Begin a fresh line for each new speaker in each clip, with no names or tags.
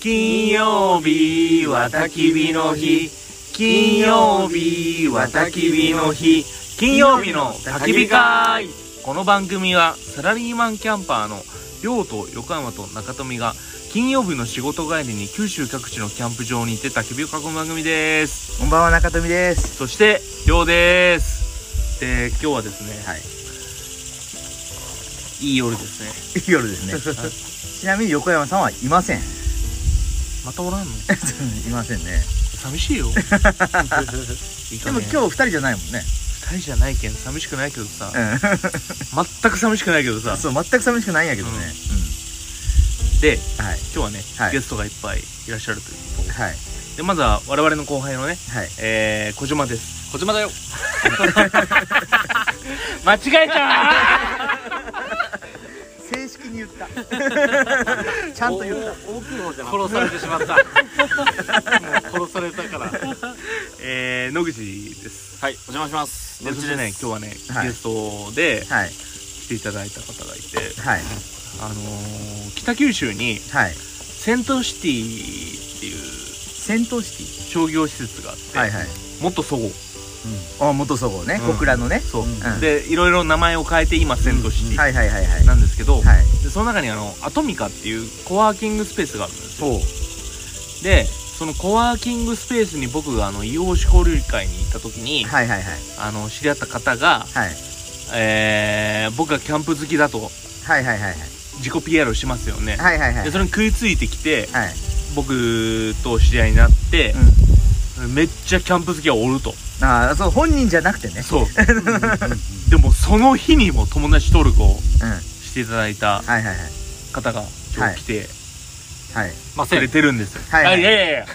金曜日は焚き火の日金曜日は焚き火の日金曜日の焚き火会この番組はサラリーマンキャンパーの亮と横山と中富が金曜日の仕事帰りに九州各地のキャンプ場に行って焚き火を囲む番組です
こんばんは中富です。
そして亮ですで今日はですね、
はい。
い、い夜ですね
いい夜 ですね。ちなみに横山さん はいません。
またおらんの
いませんね。
寂しいよ
で
で
も
も
今
今
日
日
二人じゃないもんね。
二人じゃないけん寂しくないけどさ
う
全く寂しくないけどさ
ん。そう全く寂しくないんやけど
う
ね。
んで
うん。はい
今日はね、
はい
ゲストがいっぱいいらっしゃるということ
はい
ででまずは我々の後輩のね、
はい。
えー、小島です小島だよ間違えた
正式に言った。 ちゃんと言った。
大きい方じゃなく
殺されてしまった。もう殺されたから。
えー、野口です
はい、お邪魔します。
でそしてね
す
今日はね、
はい
ゲストで
はい
来ていただいた方がいて
はい
あのー、北九州に
はい。
セントシティっていう
戦闘式。
商業施設があって、
はいはい。
もっとそごう
あ元祖号ね
うん
小倉のね。
そう、
ん
でいろいろ名前を変えて今セントシティ
はいはいはいはい。
なんですけど、
はい。
でその中にあのアトミカっていうコワーキングスペースがあるんですよ
そう。
でそのコワーキングスペースに僕があの異様思考類会に行った時に、
はいはいはい
あの知り合った方が、
はい
えー僕がキャンプ好きだと
はいはいはい
自己 PR をしますよね、
はいはいはいはい
でそれに食いついてきて
はい。
僕と知り合いになって
う、ん。
めっちゃキャンプ好きはおると
ああそう本人じゃなくてね。
そうでもその日にも友達登録を
うん。
していただいた
はいはいはい
方が今日来て
はい
まあ、せ
くれ
る。
てるんですよ、
はい
あ
はいい
やい やいや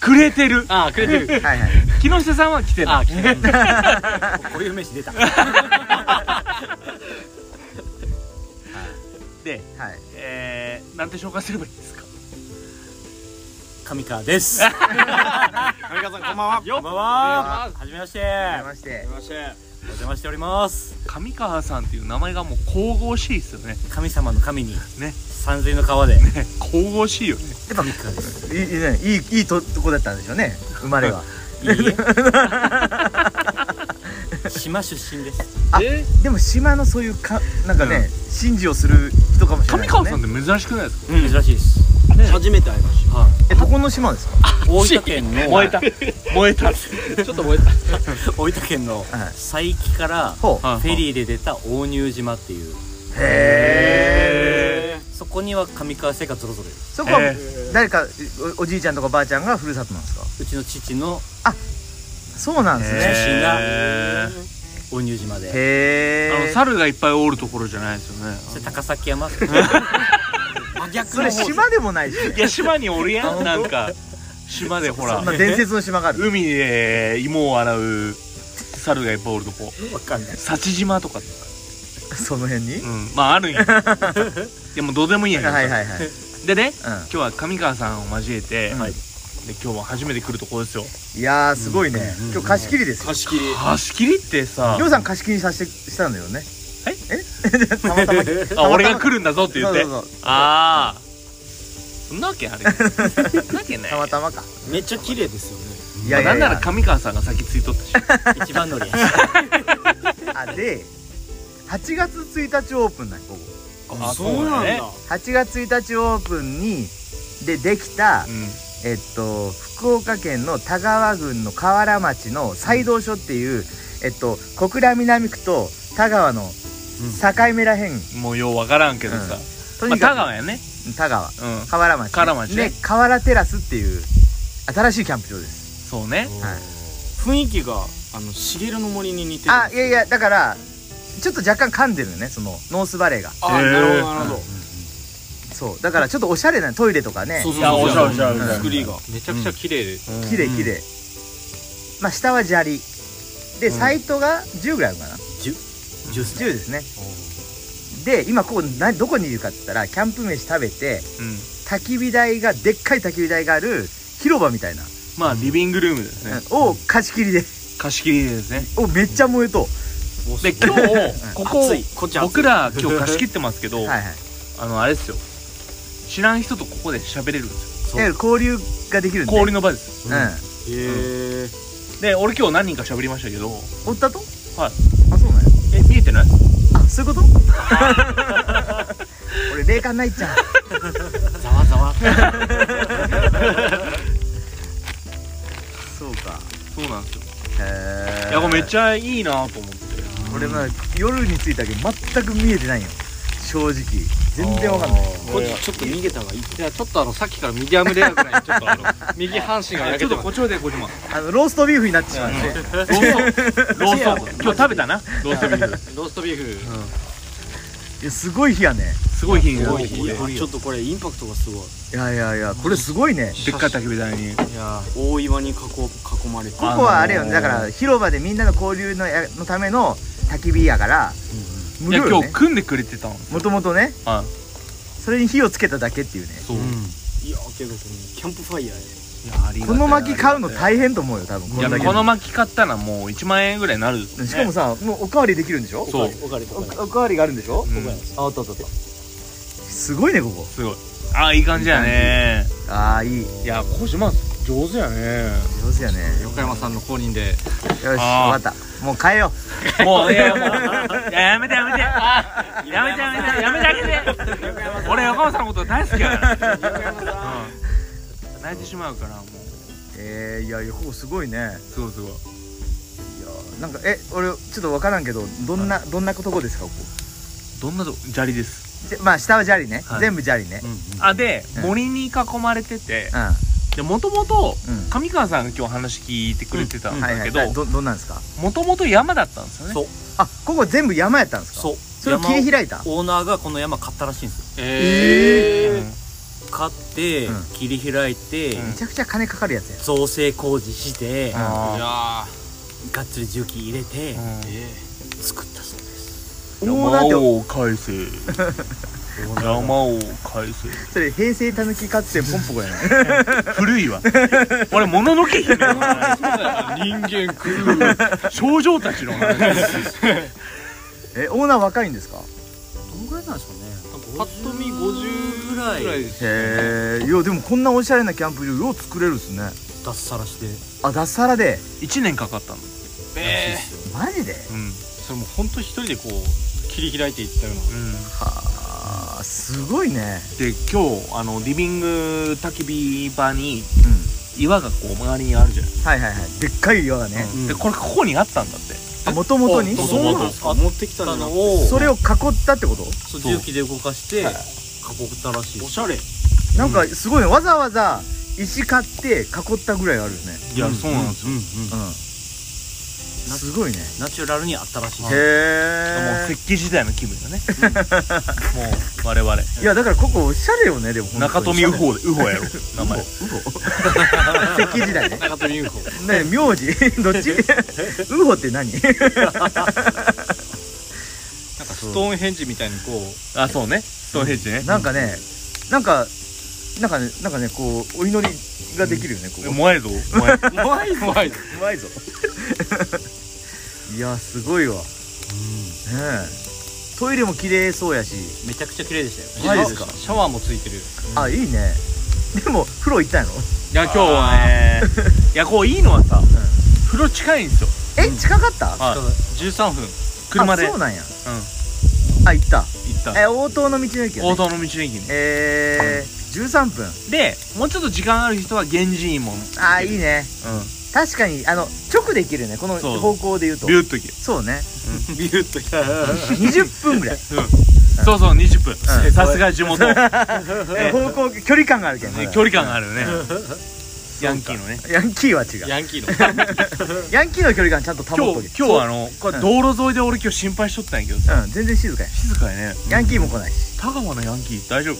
くれてる
ああ、くれて る。
はいはい。
木下さんは来て
あ
ない
あ、来てる。
こういう飯出た。
で
はい。
えー、なんて紹介すればいいですか
上川です。上川さん、こんばんは。こんばんは。はじめまして。
はじめ
は
まして
じ。めまして。お邪魔しております。
上川さんっていう名前がもう神々しいですよね
神様の神に。
ね
山水の川で。
ね神々しいよね
上川です。
いいねいいいいととこだったんでしょうね生まれは
いいえ。島出身です。
え
でも島のそういうかなんかね、神事をする人かもしれな
上
い、ね、
川さんって珍しくないですか
珍しいです。
初めて会いまし
はい。
えどこの島ですか
大分県の。
燃えた燃えた
ちょっと燃えた。
大分県の
はい
佐伯から。フ
ほう
はい
ェリーで出た大乳島っていう。
へえ
そこには上川生活ロゾル。
そこは
へ
誰かおおじいちゃんとかばあちゃんがふるさとなんですか
うちの父の
そうなんですね
へ
え
ー大乳島で。
あの
へえ
猿がいっぱいおるところじゃないですよね
それ高崎山
た真逆
それ島でもないし、
い
ね、
や島におるやんなんか島でほ
そ
ら
んな伝説の島がある
海で芋を洗う猿がいっぱいおるとこ
わかんない
幸島とか
その辺に、
うんまああるん やでもどうでもいいんやけどさ
はいはいはい、うん、
でね今日は上川さんを交えて、
はい
で今日も初めて来るところですよ
いやーすごいね、今日貸し切りですよ
貸し切り
貸し切りってさ
りょうさん貸し切りさせてしたんだよね
え
え たまた ま
あ俺が来るんだぞって言って
そうそうそう
ああそんなわけあれそんなわけ ない
たまたまか
めっちゃ綺麗ですよね
い
ま
や
あ
いや
ないん
や
なら上川さんが先ついとったし
一番乗りや
あで8月1日オープンなんよここ
あそうなんだ
8月1日オープンにでできた、
うん
えっと福岡県の田川郡の河原町の西道所っていう、えっと小倉南区と田川の境目らへん、
もうようわからんけどさ、
と
まあ、
にかく、
田川やね
田川
うん
河原町
河原町ね
で河原テラスっていう新しいキャンプ場です
そうね
はい
雰囲気があの茂の森に似てる
あいやいやだからちょっと若干噛んでるよねそのノースバレーが
あ
へー
なるほどなるほど
そうだからちょっとおしゃれなトイレとかね
そうそう
いや
そう
おしゃれおしゃれ
うん作りが
めちゃくちゃ綺麗で。
綺麗綺麗まあ下は砂利で
ん
サイトが10ぐらいあるかな
す
10ですねで今ここなどこにいるかって言ったらキャンプ飯食べて
うん
焚き火台がでっかい焚き火台がある広場みたいな、
まあリビングルームですね、
を貸し切りで
貸し切りですね
おめっちゃ燃えと
で今日ここ
暑いこっち暑い
僕ら 今日貸し切ってますけど、
うはいはい
あのあれですよ知らん人とここで喋れるんですよ
いわゆる交流ができるんで
氷の場です
うん
へえ
で俺今日何人か喋りましたけど
おったと
はい
あそうなんや
え見えてない
あそういうこと 俺霊感ないっちゃん
ざわざわ
そうか
そうなんですよ
へえ
いやこれめっちゃいいなと思って
俺まだ夜に着いたけど全く見えてないよ正直全然わかんない
これちょっと逃げた方がいい
いやちょっとあのさっきから右アムレアぐらいちょっとあ の右半身が
あ
焼
ちょ
け
ってと
ます
こっちおいで小島
あのローストビーフになってしまって
ローストロースト今日食べたなローストビー フ
ローストビーフ
いやすごい日やね
すごい品が
いやちょっとこれインパクトがすごい
いやいやいやこれすごいね
でっかい焚き火台に
いや大岩に囲囲まれて
ここはあれよねだから広場でみんなの交流のやのための焚き火やから
い
無
や
料よ
今日
ね
組んでくれてたんです
もともとね
は
それに火をつけただけっていうね
そう
いやけどこのキャンプファイヤーや
この薪買うの大変と思うよ多分
い
こ
や
んだけ
この巻き買ったらもう1万円ぐらいになる
しかも
ね
さもうおかわりできるんでしょ
そう
おかれとか
おおかわりがあるんでしょ
うん
ああったあったあったすごいねここ
すごいああいい感じやね
ああいい
いや小島上手やね
上手やね
横山さんの公認で
よし、
あー
わかった。もう変えよ
もういやいやもういややめてやめてあやめてやめてやめてあげて俺横山さんのこと大好きや からうん泣いてしまうからもう
う。えー、いや、横すごいね。いや
すごいすごい
ーなんか、え、俺、ちょっとわからんけど、どんな、どんなとこですか、ここ。
どんなとこ砂利です
じゃまあ、下は砂利ね。
はい
全部砂利ね。うん。
あで
うん
森に囲まれててでもともと
うん
上川さんが今日話聞いてくれてたん
はい
だ
は
け
い。
ど
ど、どんなんですか
もともと山だったんですよね
そう
あ、ここ全部山やったんですか
そう
それを切り開いた
山をオーナーがこの山買ったらしいんですよ
え
うん
買って、
うん
切り開いて、
うん
めちゃくちゃ金かかるやつや。
造成工事して、
い
あ
や
がっつり重機入れて、
ーうん
作ったそうです
おーだって
山を返 せ山を返せ
それ、平成たぬき合戦ポンポコやね。
古いわ俺もののけ姫
人間食 う
少女たちの話
え、オーナー若いんですか
どんぐらいなんでしょうね
パッと見50
ぐらい
ぐらいです
へえ。いや、でもこんなおしゃれなキャンプ場、よう作れるっすね。
脱サラしてら
あ、脱サラで。
1年かかったの
しい
え
ですよ、
マジで
うんうん
ーそれもう本当一人でこう切り開いていったような
はあ、すごいね。
で今日あのリビング焚き火場に
うん。
岩がこう周りにあるじゃない
はいはいはいでっかい岩がね
でこれここにあったんだって
もともとに
あ
そ
そうう
な
な
の
の
持ってきた
買ったの
の
を
それを囲ったってこと
そう重機で動かして囲ったらしい
おしゃれ
なんかすごいねわざわざ石買って囲ったぐらいあるよね
いやそうなんですよ
うんうん
うんすごいね
ナチュラルにあったらしいです
もう
へ
石器時代の気分だね もう我々
えいやだからここおしゃれよねでも
中
本当
富
に
右方で右方やろ名前
石器時代ね
中富裕 子
ね名字 どっちウホって何
なんかストーンヘンジみたいにこう
あそうねストーンヘッジね
なんかねなんかなんかねなんかねこうお祈りができるよねここ
燃えぞ燃 えぞ
怖い怖いう
まいぞいやすごいわねえトイレも綺麗そうやし
めちゃくちゃ綺麗でしたよ
マジですか
シャワーもついてる
あいいねでも風呂行ったんやろ
いや今日はね いやこういいのはさ、風呂近いんですよ
え近かった
はい
13分
車で
あ
行
そう
っ
なんやあ行った
た
え応答の道の駅やね
大道の道の駅に
えー、13分
でもうちょっと時間ある人は源氏院も
あいいね
う
確かにあの直で行けるよねこの
そう
方向で言うと
んビューッと行け
そうね
ビュッときた
20分ぐ らい
そうそう20分さすが地元ね
方向距離感があるけどね
距離感があるよねヤンキーのね
ヤンキーは違う
ヤンキーの
ヤンキーの距離感ちゃんと保っ
今
とけ
日今日はあのこれ
うん
道路沿いで俺今日心配しとったんやけどさ
うん全然静かや
静かやね
ヤンキーも来ないし
田川のヤンキー大丈夫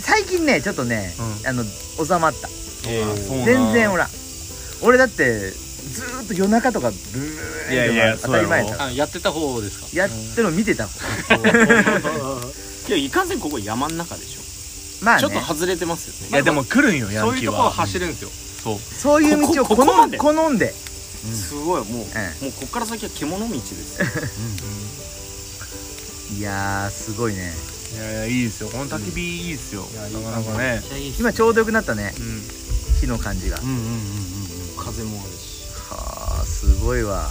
最近ねちょっとね
うん
あの収まった
あそうなん
全然ほら俺だってずーっと夜中とかブー
いやいや
当たり前や
そう
っ
や
た
あやってた方ですか
やってるの見てた
いやいかんせんここ山の中でしょ
まあ
ちょっと
ね
外れてますよ
い
ね
やでも来るんよヤ
そう
ン
いう
キー
ところを
は
走るんですよ
そう
そういう道を
ここここ
好
ま
ん
で
好んで
すごいもうもう
え
こっから先は獣道です
い
よ
やーすごいね
いやいやいいですよこの焚き火いいですよ、なかなかね
いい
今ちょうどよくなったね
うん
火の感じが
うんうんうんうんうん風もあるし
はあすごいわ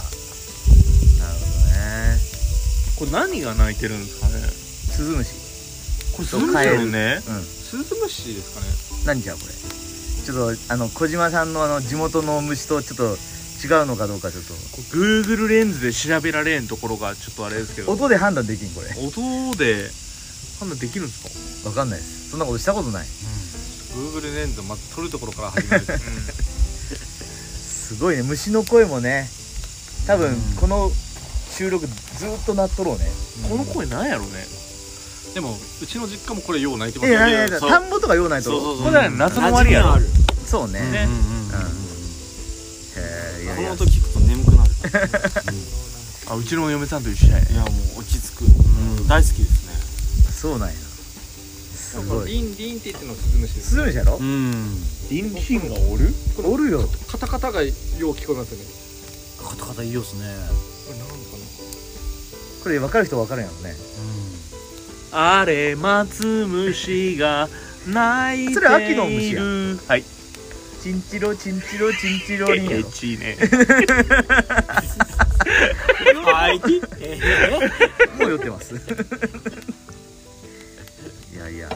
なるほどね
これ何が鳴いてるんですかね
スズムシ
これス
そ
ズ
う
ムシだよね
うん
スズムシですかね
何じゃこれちょっとあの小島さんのあの地元の虫とちょっと違うのかどうかちょっ
これ Google レンズで調べられんところがちょっとあれですけ
と
ど
音で判断できんこれ
音で判断できるんです
わかんないですそんなことしたことない
Google レンズをまず撮るところから始める
か、うん
すごいね虫の声もね多分この収録ずっと鳴っとろうね
この声なんやろね。
でもうちの実家もこれよう泣いてま
い
す
やいやいや
そう
田んぼとか用ないと
そうそうそう
これは夏の終わりやろ。
そうね
ね
うんうんうん
うんへえいやい
この
や
音聞くと眠くなる
あ、うちのお嫁さんと一緒やね。
いやもう落ち着く、うん、大好きですね
そうなんやす
こ
ご
れ
い
リンリンって言ってるのスズムシです
スズムシやろ
うん
リンキンがおる？
おるよ
カタカタがよう聞こえますよね
カタカタいいよっすね
これなんかな
これ分かる人分かるんやろね
あれ松虫が泣いている。
それ秋の虫や
はい。
チンチロチンチロチンチロリンや
エ
ろ
チいね。
はいえ
もう酔ってます いやいや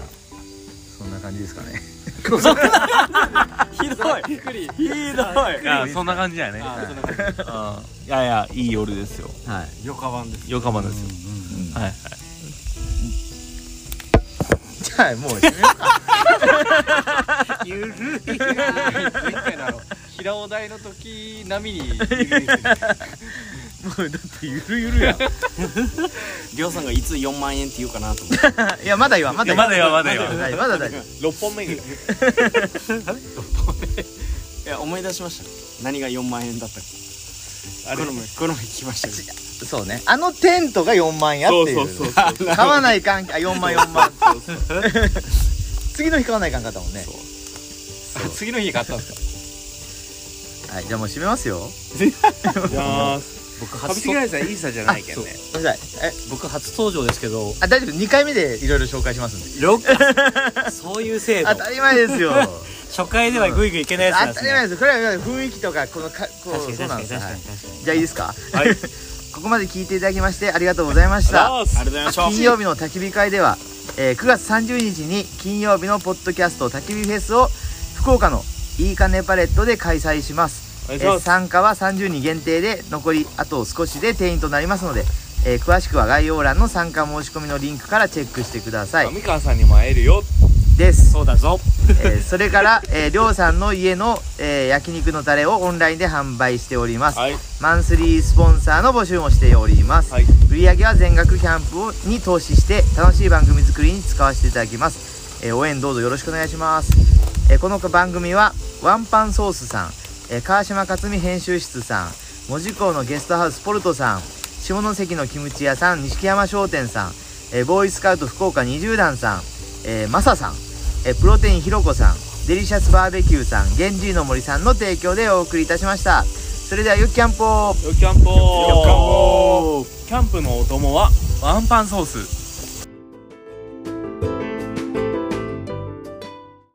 そんな感じですかね
ひどい
びっくり
ひどい
あ、そんな感じやね。
あそんな感
うんいやいやいい夜ですよ。
はい
じよかばんです
よかばですよ。はいはい。
じゃあもう締めよう
ゆるい。
か
前回のあの平尾台の時並み にリリース
もうだってゆるゆるやん
りょうさんがいつ4万円って言うかなと思っ て
いやまだ言わんまだ言わん
いやまだ言わん
まだ言わんまだ大丈夫
六本目に。
いや思い出しました何が4万円だったか
あれ
この前この前聞きましたよ
そうねあのテントが4万やっていう
そうそう
買わないかんあ4万4万次の日買わないかんかったもんね
次の日買ったんですか
はいじゃあもう締めますよ
いやー。
僕
カビ
初
キライさんいいさじゃないけどね。
ごめんなさいえ
僕初登場ですけど
あ大丈夫2回目でいろいろ紹介しますんで
そういう制度
当たり前ですよ
初回ではグイグイいけないやつな
当
んで
た
す
り前
ね
ですこれは雰囲気とかこのかこ
確か
う
に
そうな
確か
ん
に
です
確
は
か
い
に確かに
じゃあいいですか
はい
ここまで聞いていただきましてありがとうございました
あー
ありがとうございま
金
しょう
曜日の焚き火会では、えー9月30日に金曜日のポッドキャスト焚き火フェスを福岡のいいかねパレットで開催します
お願いします
えー参加は30人限定で残りあと少しで定員となりますので、えー詳しくは概要欄の参加申し込みのリンクからチェックしてください
上川さんにも会えるよ。
です、
そうだぞ
えーそれから、えー、りょうさんの家の、えー焼肉のタレをオンラインで販売しております、
はい。
マンスリースポンサーの募集もしております、
はい
売り上げは全額キャンプをに投資して楽しい番組作りに使わせていただきます、えー応援どうぞよろしくお願いします、えーこの番組はワンパンソースさん、えー川島克美編集室さん門司港のゲストハウスポルトさん下関のキムチ屋さん錦山商店さん、えーボーイスカウト福岡20段さん、えーマサさん、えープロテインひろこさんデリシャスバーベキューさんゲンジーの森さんの提供でお送りいたしましたそれではよっキャンポー
よキャンポー
よっキャンポ
キャンプのお供はワンパンソース